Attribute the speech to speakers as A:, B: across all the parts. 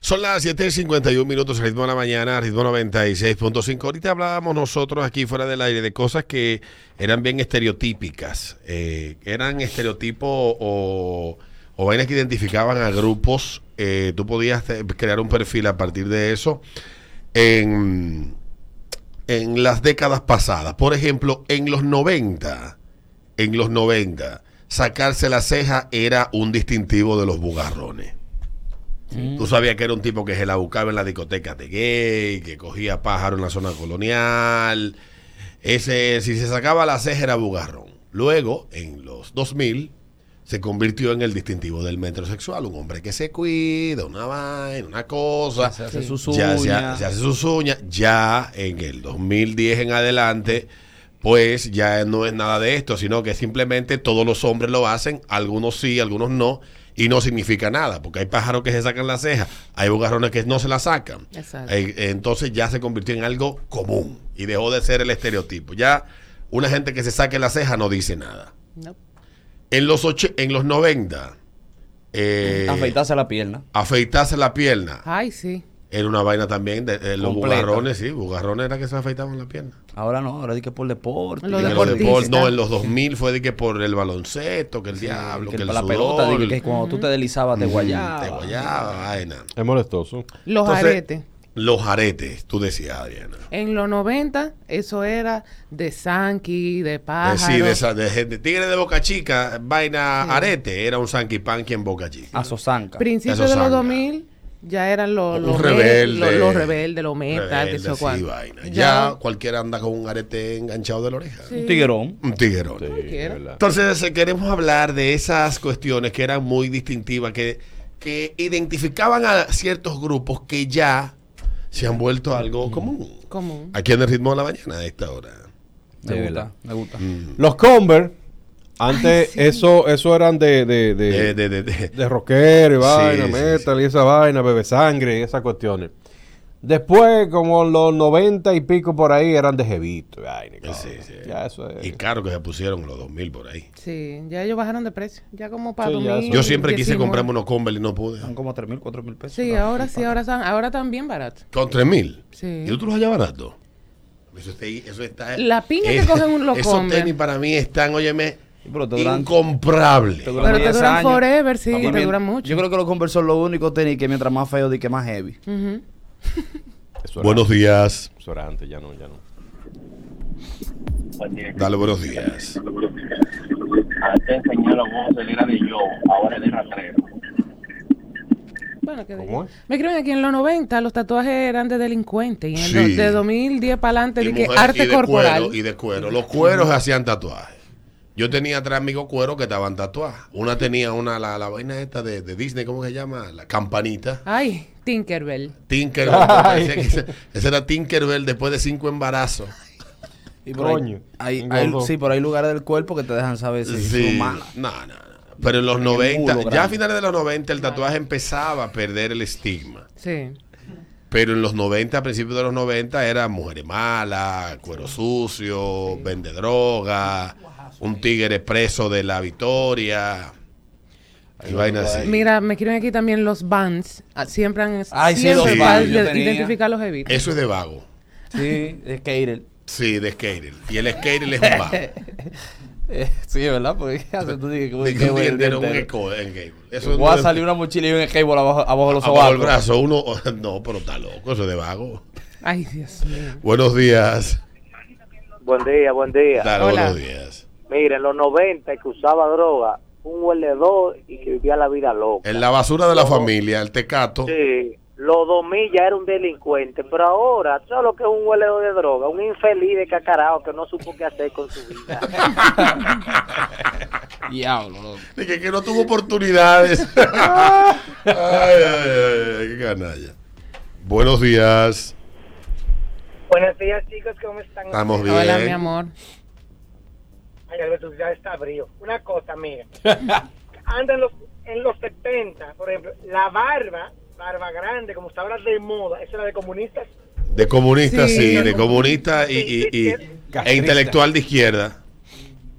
A: Son las 7.51 minutos, ritmo de la mañana, ritmo 96.5. Ahorita hablábamos nosotros aquí fuera del aire de cosas que eran bien estereotípicas. eh, eran estereotipos o, o vainas que identificaban a grupos. eh, tú podías eh, crear un perfil a partir de eso en, en las décadas pasadas. Por ejemplo, en los 90, en los 90, sacarse la ceja era un distintivo de los bugarrones. Tú sabías que era un tipo que se la buscaba en las discotecas de gay, que cogía pájaro en la zona colonial. Ese, si se sacaba la ceja era bugarrón. Luego, en los 2000, se convirtió en el distintivo del metrosexual. Un hombre que se cuida, una vaina, una cosa.
B: Se hace sus
A: Ya se, ha-
B: uñas.
A: se hace sus uñas. Ya en el 2010 en adelante, pues ya no es nada de esto, sino que simplemente todos los hombres lo hacen, algunos sí, algunos no, y no significa nada, porque hay pájaros que se sacan la ceja, hay bugarrones que no se la sacan.
C: Exacto.
A: Eh, Entonces ya se convirtió en algo común y dejó de ser el estereotipo. Ya una gente que se saque la ceja no dice nada.
C: No.
A: En los, och- en los 90, eh,
B: Afeitarse la pierna.
A: afeitarse la pierna.
C: Ay, sí.
A: Era una vaina también de, de los
B: Completa.
A: bugarrones, sí, bugarrones era que se afeitaban la pierna.
B: Ahora no, ahora di que por deporte.
C: Lo
A: En
C: Los
A: los
C: deportistas.
A: depor- no, en los 2000 fue de que por el baloncesto, que el diablo, que,
B: Que
A: el
B: la
A: sudor,
B: pelota, di que, que
A: el-
B: cuando tú te deslizabas te guayabas.
A: te guayaba, vaina.
D: Es molestoso.
C: Los
A: Entonces,
C: aretes.
A: Los aretes, tú decías, Adriana.
C: En los 90, eso era de Sanki, de
A: Eh,
C: pájaro.
A: sí, de, esa, de gente- tigre de Boca Chica, vaina arete, era un sanky panky en Boca Chica.
B: A Sosanka.
C: Principios
A: Eso
C: de los
A: sangra.
C: 2000 ya eran los,
A: Un
C: los
A: rebelde.
C: Los, los rebeldes, los metas, que
A: Rebelde,
C: sé yo
A: sí,
C: cuánto.
A: vaina. Ya,
C: Ya,
A: cualquiera anda con un arete enganchado de la oreja.
B: Un tiguerón.
A: Un tiguerón.
D: Sí,
C: Cualquiera.
D: de verdad.
A: Entonces eh, queremos hablar de esas cuestiones que eran muy distintivas, que, que identificaban a ciertos grupos que ya se han vuelto algo común.
C: común.
A: Aquí en el ritmo de la mañana a esta hora.
B: Me
D: De
B: gusta,
D: verdad.
B: me gusta.
A: Mm.
D: Los Converse, antes eso, eso eran de, de, de-
A: De- Eh, de- de- de-
D: de rockero y
A: Sí,
D: vaina,
A: sí,
D: metal y esa vaina, bebe sangre y esas cuestiones. Después, como los 90 y pico por ahí, eran de jevito y vaina. y cosas.
A: Sí, sí.
D: Ya eso es.
A: Y caro que se pusieron los 2000 por ahí.
C: Sí, ya ellos bajaron de precio. Ya como para
D: Sí, ya
C: 2000,
D: eso-
A: Yo siempre quise
C: 19.
A: comprarme unos Converse y no pude.
B: Son como 3 mil, 4 mil pesos.
C: Sí,
B: la-
C: ahora
B: el
C: sí,
B: pack.
C: ahora, san- ahora también barato.
A: Con 3000.
C: Sí.
A: ¿Y tú los hallas barato? Eso, está, ahí- eso está-
C: La piña que cogen un- los
A: Esos
C: Converse.
A: tenis para mí están, óyeme,
B: Sí, pero te duran-
A: incomprables.
B: te
C: Pero te
B: 10
C: duran
B: años.
C: forever, sí,
B: Papi,
C: te
B: mien-
C: duran mucho.
B: Yo creo que los Converse son los únicos tenis que mientras más feo, di que más heavy.
C: Ujú.
D: Eso era-
A: Buenos días.
D: eso era antes, ya no, ya no.
A: Dale buenos días.
E: Antes el señor Bowser era de yo, ahora es de rastrero.
C: Bueno, que
D: ¿Cómo es?
C: Me creen aquí en los 90 los tatuajes eran de delincuentes y en
A: Sí.
C: los de 2010 para adelante
A: Y
C: de que
A: mujer-
C: arte
A: y de
C: corporal.
A: Cuero, y de cuero. Los cueros hacían tatuajes. Yo tenía tres amigos cueros que estaban tatuados. Una tenía una, la, la vaina esta de, de Disney, ¿cómo se llama? La campanita.
C: Ay, Tinkerbell.
A: Tinkerbell.
D: Ay.
A: Decía que Ese, ese era Tinkerbell después de cinco embarazos.
B: Y por ahí-
D: Coño.
B: Hay, hay-
D: Engordó.
B: sí, pero hay lugares del cuerpo que te dejan saber si
A: Sí.
B: son malas.
A: No, no, no. Pero en los
B: mulo
A: 90, ya a
B: grande.
A: finales de los 90, el tatuaje empezaba a perder el estigma.
C: Sí.
A: Pero en los 90, a principios de los 90, era mujeres malas, cuero sucio, vende droga, un tigre preso de la victoria. Y vainas así.
C: Mira, me escriben aquí también los bands. Ah, Siempre han
B: Ay, sí,
C: siempre
A: los
C: para
A: Vans,
B: yo
C: de-
B: tenía.
C: identificar los evitos.
A: Eso es de vago.
B: Sí, es que
A: Sí, de skater. Y el skater es un vago.
B: eh, Sí, ¿verdad? Porque hace tú dices
A: De
B: que voy
A: que un
B: a
A: tigre era un esco- en que- Eso
B: Voy a
A: es-
B: salir una mochila y un skateboard abajo, abajo de los
A: abajo el
B: sobacos.
A: brazo. Uno, no, pero está loco, eso es de vago.
C: Ay, Dios mío.
A: Buenos días.
F: Buen día, buen día.
A: Dale,
C: Hola.
A: buenos días.
F: Miren, los 90 el que usaba droga, un hueledor y que vivía la vida loca.
A: En la basura de la familia, el tecato.
F: Sí, los 2000 ya era un delincuente, pero ahora, ¿sabes lo que es un hueledor de droga? Un infeliz de cacarao que no supo qué hacer con su vida.
B: Diablo, loco.
A: De que, que no tuvo oportunidades. ay, ay, ay, ay, qué canalla. Buenos días.
G: Buenos días, chicos, ¿cómo están?
A: Estamos bien.
C: Hola, mi amor.
G: Ay, Alberto, ya está abrido. Una cosa, mira. Andan los, en los 70, por ejemplo, la barba, barba grande, como está ahora de moda, esa era de comunistas.
A: De comunista, sí,
C: Sí.
A: de comunista y, y- y-
D: Castrista.
A: e intelectual de izquierda.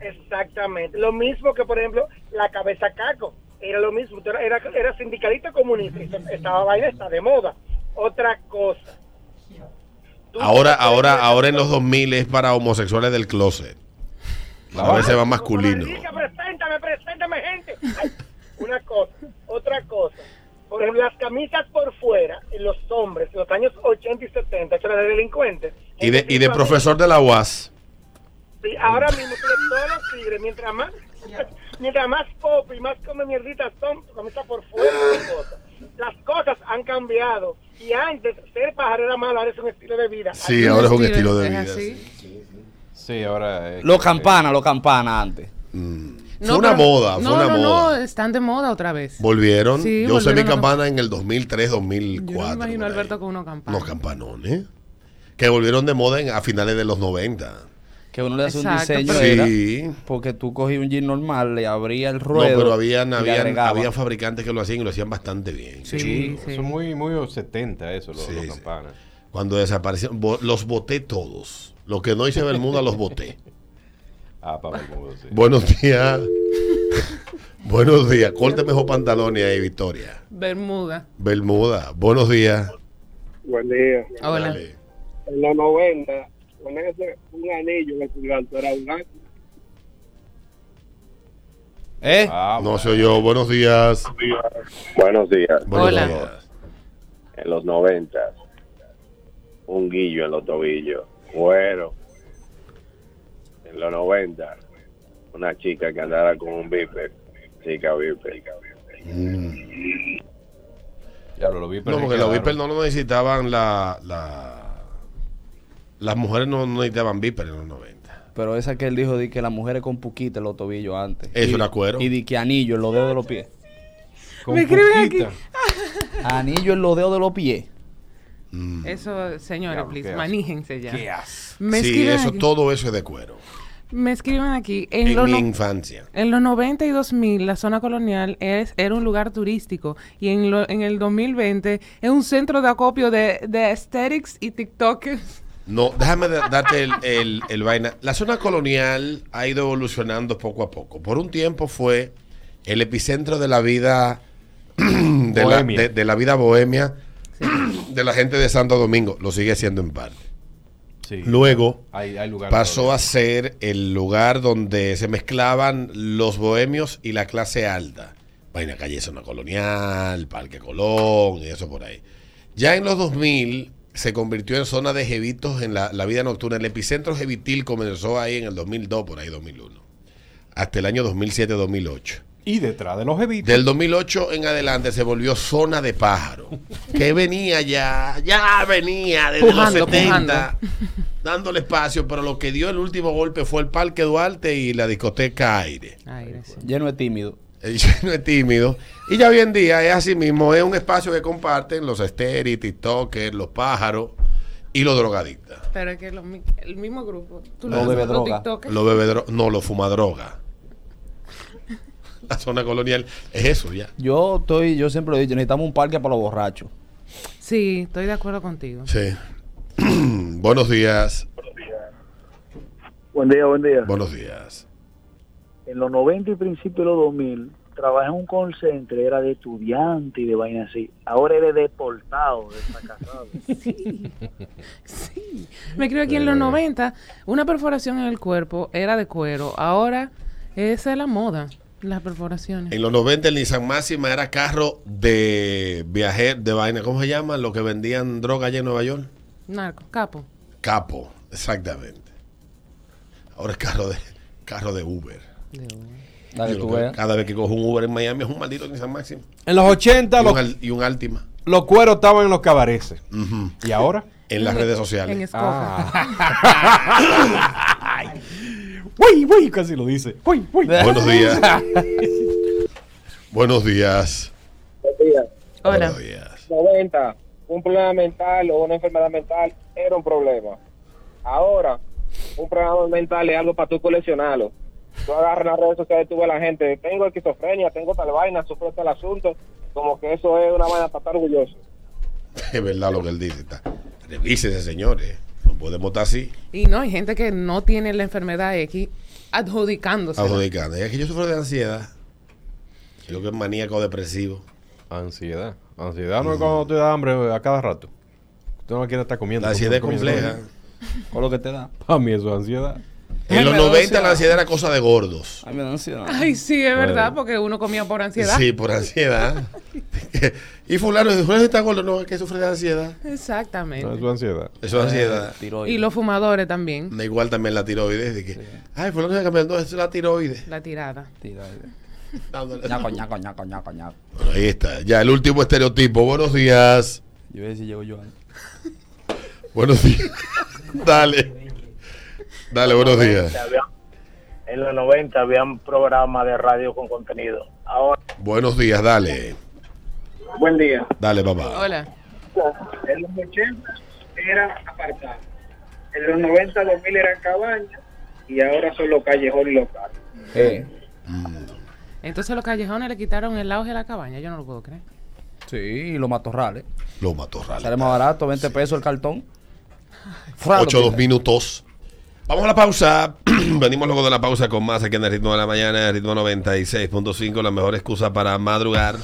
G: Exactamente. Lo mismo que, por ejemplo, la cabeza caco. era lo mismo, tú era, era, era sindicalista comunista, y se- estaba vaina, está de moda. Otra cosa. Tú
A: Ahora,
G: te puedes
A: ahora,
G: ver-
A: ahora en los 2000 es para homosexuales del closet. A veces va masculino.
G: Marica, preséntame, preséntame, gente. Ay, una cosa, otra cosa. Por ejemplo, las camisas por fuera, en los hombres, en los años 80 y 70, eso era de delincuentes.
A: Y de, y de
G: Entonces,
A: profesor de la UAS.
G: Sí, ahora mismo tú ves todos los tigres, mientras más, mientras más pop y más come mierditas son, tu camisa por fuera y cosas. Las cosas han cambiado. Y antes, ser pájaro era malo, ahora es un estilo de vida.
A: Sí, ahora es un estilo de vida.
C: Es así.
A: sí.
D: Sí, ahora. eh,
B: Los
D: que-
B: campanas, los campanas antes.
A: Fue una
C: pero-
A: moda,
C: no,
A: fue una
C: no,
A: moda.
C: No, están de moda otra vez.
A: Volvieron.
C: Sí,
A: Yo usé
C: volvieron
A: mi
C: los-
A: campana en el 2003,
C: Yo
A: 2004.
C: no me imagino a
A: por ahí.
C: Alberto con unos campanas.
A: Los campanones. Que volvieron de moda en- a finales de los 90.
B: Que uno le hace un
C: Exacto,
B: diseño.
C: pero-
B: era
A: Sí.
B: Porque tú cogías un jean normal, le abrías el
A: No,
B: ruedo.
A: pero habían,
B: y le
A: habían,
B: agregabas.
A: habían fabricantes que lo hacían y lo hacían bastante bien.
C: Sí,
D: Sí,
C: sí.
D: Son muy, muy 70 eso, los,
A: Sí,
D: los
A: sí.
D: campanas.
A: Cuando desaparecieron, bo- los boté todos. Lo que no hice Bermuda, los boté.
D: Ah, para el mundo, sí.
A: Buenos días. Buenos días. Corte mejor pantalones ahí, Victoria.
C: Bermuda.
A: Bermuda. Buenos días.
E: Buen día.
C: Hola.
A: Dale.
E: En los 90, ponerse un anillo en el pulgar, tú eras un ángel.
B: ¿Eh?
D: Ah,
A: No
D: bueno.
A: se oyó. Buenos días.
H: Buenos días.
A: Buenos
C: Hola.
A: días.
H: En los 90, un guillo en los tobillos. Bueno, en los 90, una chica que andaba con un bife. Chica bife.
D: Ya lo, lo vi, pero
A: No, porque
D: se
A: los
D: quedaron.
A: Viper no lo necesitaban la, la- Las mujeres no no necesitaban Viper en los 90.
B: Pero esa que él dijo de que las mujeres con puquita en los tobillos antes.
A: Eso
B: Y-
A: era cuero.
B: Y de que anillo en los dedos de los pies.
D: Con
C: Me escriben aquí.
D: puquita.
B: Anillo en los dedos de los pies.
C: Mm. Eso, señores,
D: Diablo, qué
C: please,
D: asco.
C: maníjense ya.
D: Qué asco.
C: Me,
A: sí,
C: escriben
A: eso,
C: aquí,
A: todo eso es de cuero.
C: me escriben aquí. En,
A: En,
C: los
A: mi
C: no-
A: infancia.
C: en los 90 y 2000, la zona colonial es, era un lugar turístico. Y en, lo- en el 2020 es un centro de acopio de, de aesthetics y TikTokers.
A: No, déjame da- darte el, el- el vaina. La zona colonial ha ido evolucionando poco a poco. Por un tiempo fue el epicentro de la vida de, la,
D: Bohemia.
A: de- de la vida bohemia de la gente de Santo Domingo. Lo sigue siendo en parte.
D: Sí.
A: Luego
D: hay, hay lugar
A: pasó
D: todavía.
A: a ser el lugar donde se mezclaban los bohemios y la clase alta. Vaina calle Zona Colonial, Parque Colón y eso por ahí. Ya en los 2000 se convirtió en zona de jevitos en la, la vida nocturna. El epicentro jevitil comenzó ahí en el 2002, por ahí 2001. Hasta el año 2007-2008.
D: Y detrás de los jevitos.
A: Del 2008 en adelante se volvió zona de pájaro. Que venía ya, ya venía desde
C: Pujando,
A: los 70, dándole espacio, pero lo que dio el último golpe fue el Parque Duarte y la discoteca Aire.
C: Ay, pues. gracias.
B: Lleno de tímido.
A: El lleno es tímido. Y ya hoy en día es así mismo, es un espacio que comparten los esteris, TikTokers, los pájaros y los drogadictas.
C: Pero es que los mi- el mismo grupo. Tú
B: No
C: lo
B: bebe
C: ves los
B: droga.
C: TikTokers.
A: Los bebedro, no, los fumadroga. La zona colonial es eso ya.
B: Yo estoy, yo siempre lo he dicho, necesitamos un parque para los borrachos.
C: Sí, estoy de acuerdo contigo.
A: Sí. Buenos días.
E: Buen día, buen día.
A: Buenos días.
E: en los 90 y principios de los 2000, trabajé en un call center, era de estudiante y de vaina así. Ahora eres deportado, desfacatado.
C: Sí. Me creo que en los 90 una perforación en el cuerpo era de cuero. Ahora esa es la moda, las perforaciones.
A: En los 90 el Nissan Máxima era carro de viajer, de vaina, ¿cómo se llama? Lo que vendían droga allá en Nueva York.
C: Narco, capo.
A: Capo, exactamente. Ahora es carro de, carro de Uber.
B: La que
A: Yo lo
B: tú
A: que-
B: veas.
A: cada vez que cojo un Uber en Miami es un maldito Nissan Máxima.
D: En los 80
A: Y un,
D: los,
A: al- y un Altima.
D: los cueros estaban en los cabareces.
A: Ujú.
D: ¿Y ahora?
A: En las redes
C: En
A: sociales.
C: escoja.
D: ¡Uy, uy! Casi lo dice. ¡Uy, uy!
A: Buenos días. Buenos días.
C: Hola.
A: Buenos días.
I: 90, un problema mental o una enfermedad mental era un problema. Ahora, un problema mental es algo para tú coleccionarlo. Tú agarras en las redes sociales, tú ves a la gente, tengo esquizofrenia, tengo tal vaina, sufro tal asunto, como que eso es una vaina para estar orgulloso.
A: Es verdad lo que él dice. Está. Revísese, señores. No podemos estar así.
C: Y no, hay gente que no tiene la enfermedad X adjudicándose.
A: adjudicando. Es que yo sufro de ansiedad. Yo que es maníaco depresivo.
D: Ansiedad. Ansiedad no es cuando te da hambre a cada rato. Tú no quieres estar comiendo.
A: La ansiedad es
D: porque tú comes
A: compleja.
B: Con lo que te da.
D: todo. Para mí eso es ansiedad.
A: En
B: Ay,
A: los
B: me da
A: 90 la
B: ansiedad.
A: ansiedad era cosa de gordos.
B: A mí me da ansiedad.
C: Ay, sí, es verdad,
D: Bueno.
C: porque uno comía por ansiedad.
A: Sí, por ansiedad. y fulano, fulano está gordo, no, es que sufre de ansiedad.
D: No,
C: Exactamente.
D: eso es ansiedad.
A: Eso es ansiedad.
B: Tiroides.
C: Y los fumadores también,
A: Da igual también la tiroides. De que, Ay, fulano se cambió, no, es la tiroides.
C: la tirada.
B: Tiroides.
A: Dándole-
B: Ñaco, ñaco, ñaco, ñaco, ñaco.
A: Bueno, ahí está, ya el último estereotipo. Buenos días.
B: Yo voy a decir, llego yo ahí.
A: Buenos días. Dale. Dale, buenos días.
E: Había- en los 90 había un programa de radio con contenido. Ahora,
A: Buenos días, dale.
I: Buen día.
A: Dale, papá.
C: Hola.
I: En los 80 era apartado. En los 90, 2000 eran cabañas. Y ahora son los callejones locales.
B: Eh,
C: Entonces los callejones le quitaron el auge a la cabaña, yo no lo puedo creer.
B: sí, y los matorrales.
A: Lo mató raro.
B: eh. Sale más barato, 20 pesos el cartón. Fra,
A: Ocho,
B: lo
A: dos
B: tiene.
A: minutos. Vamos a la pausa. Venimos luego de la pausa con más aquí en el ritmo de la mañana, el ritmo 96.5, la mejor excusa para madrugar.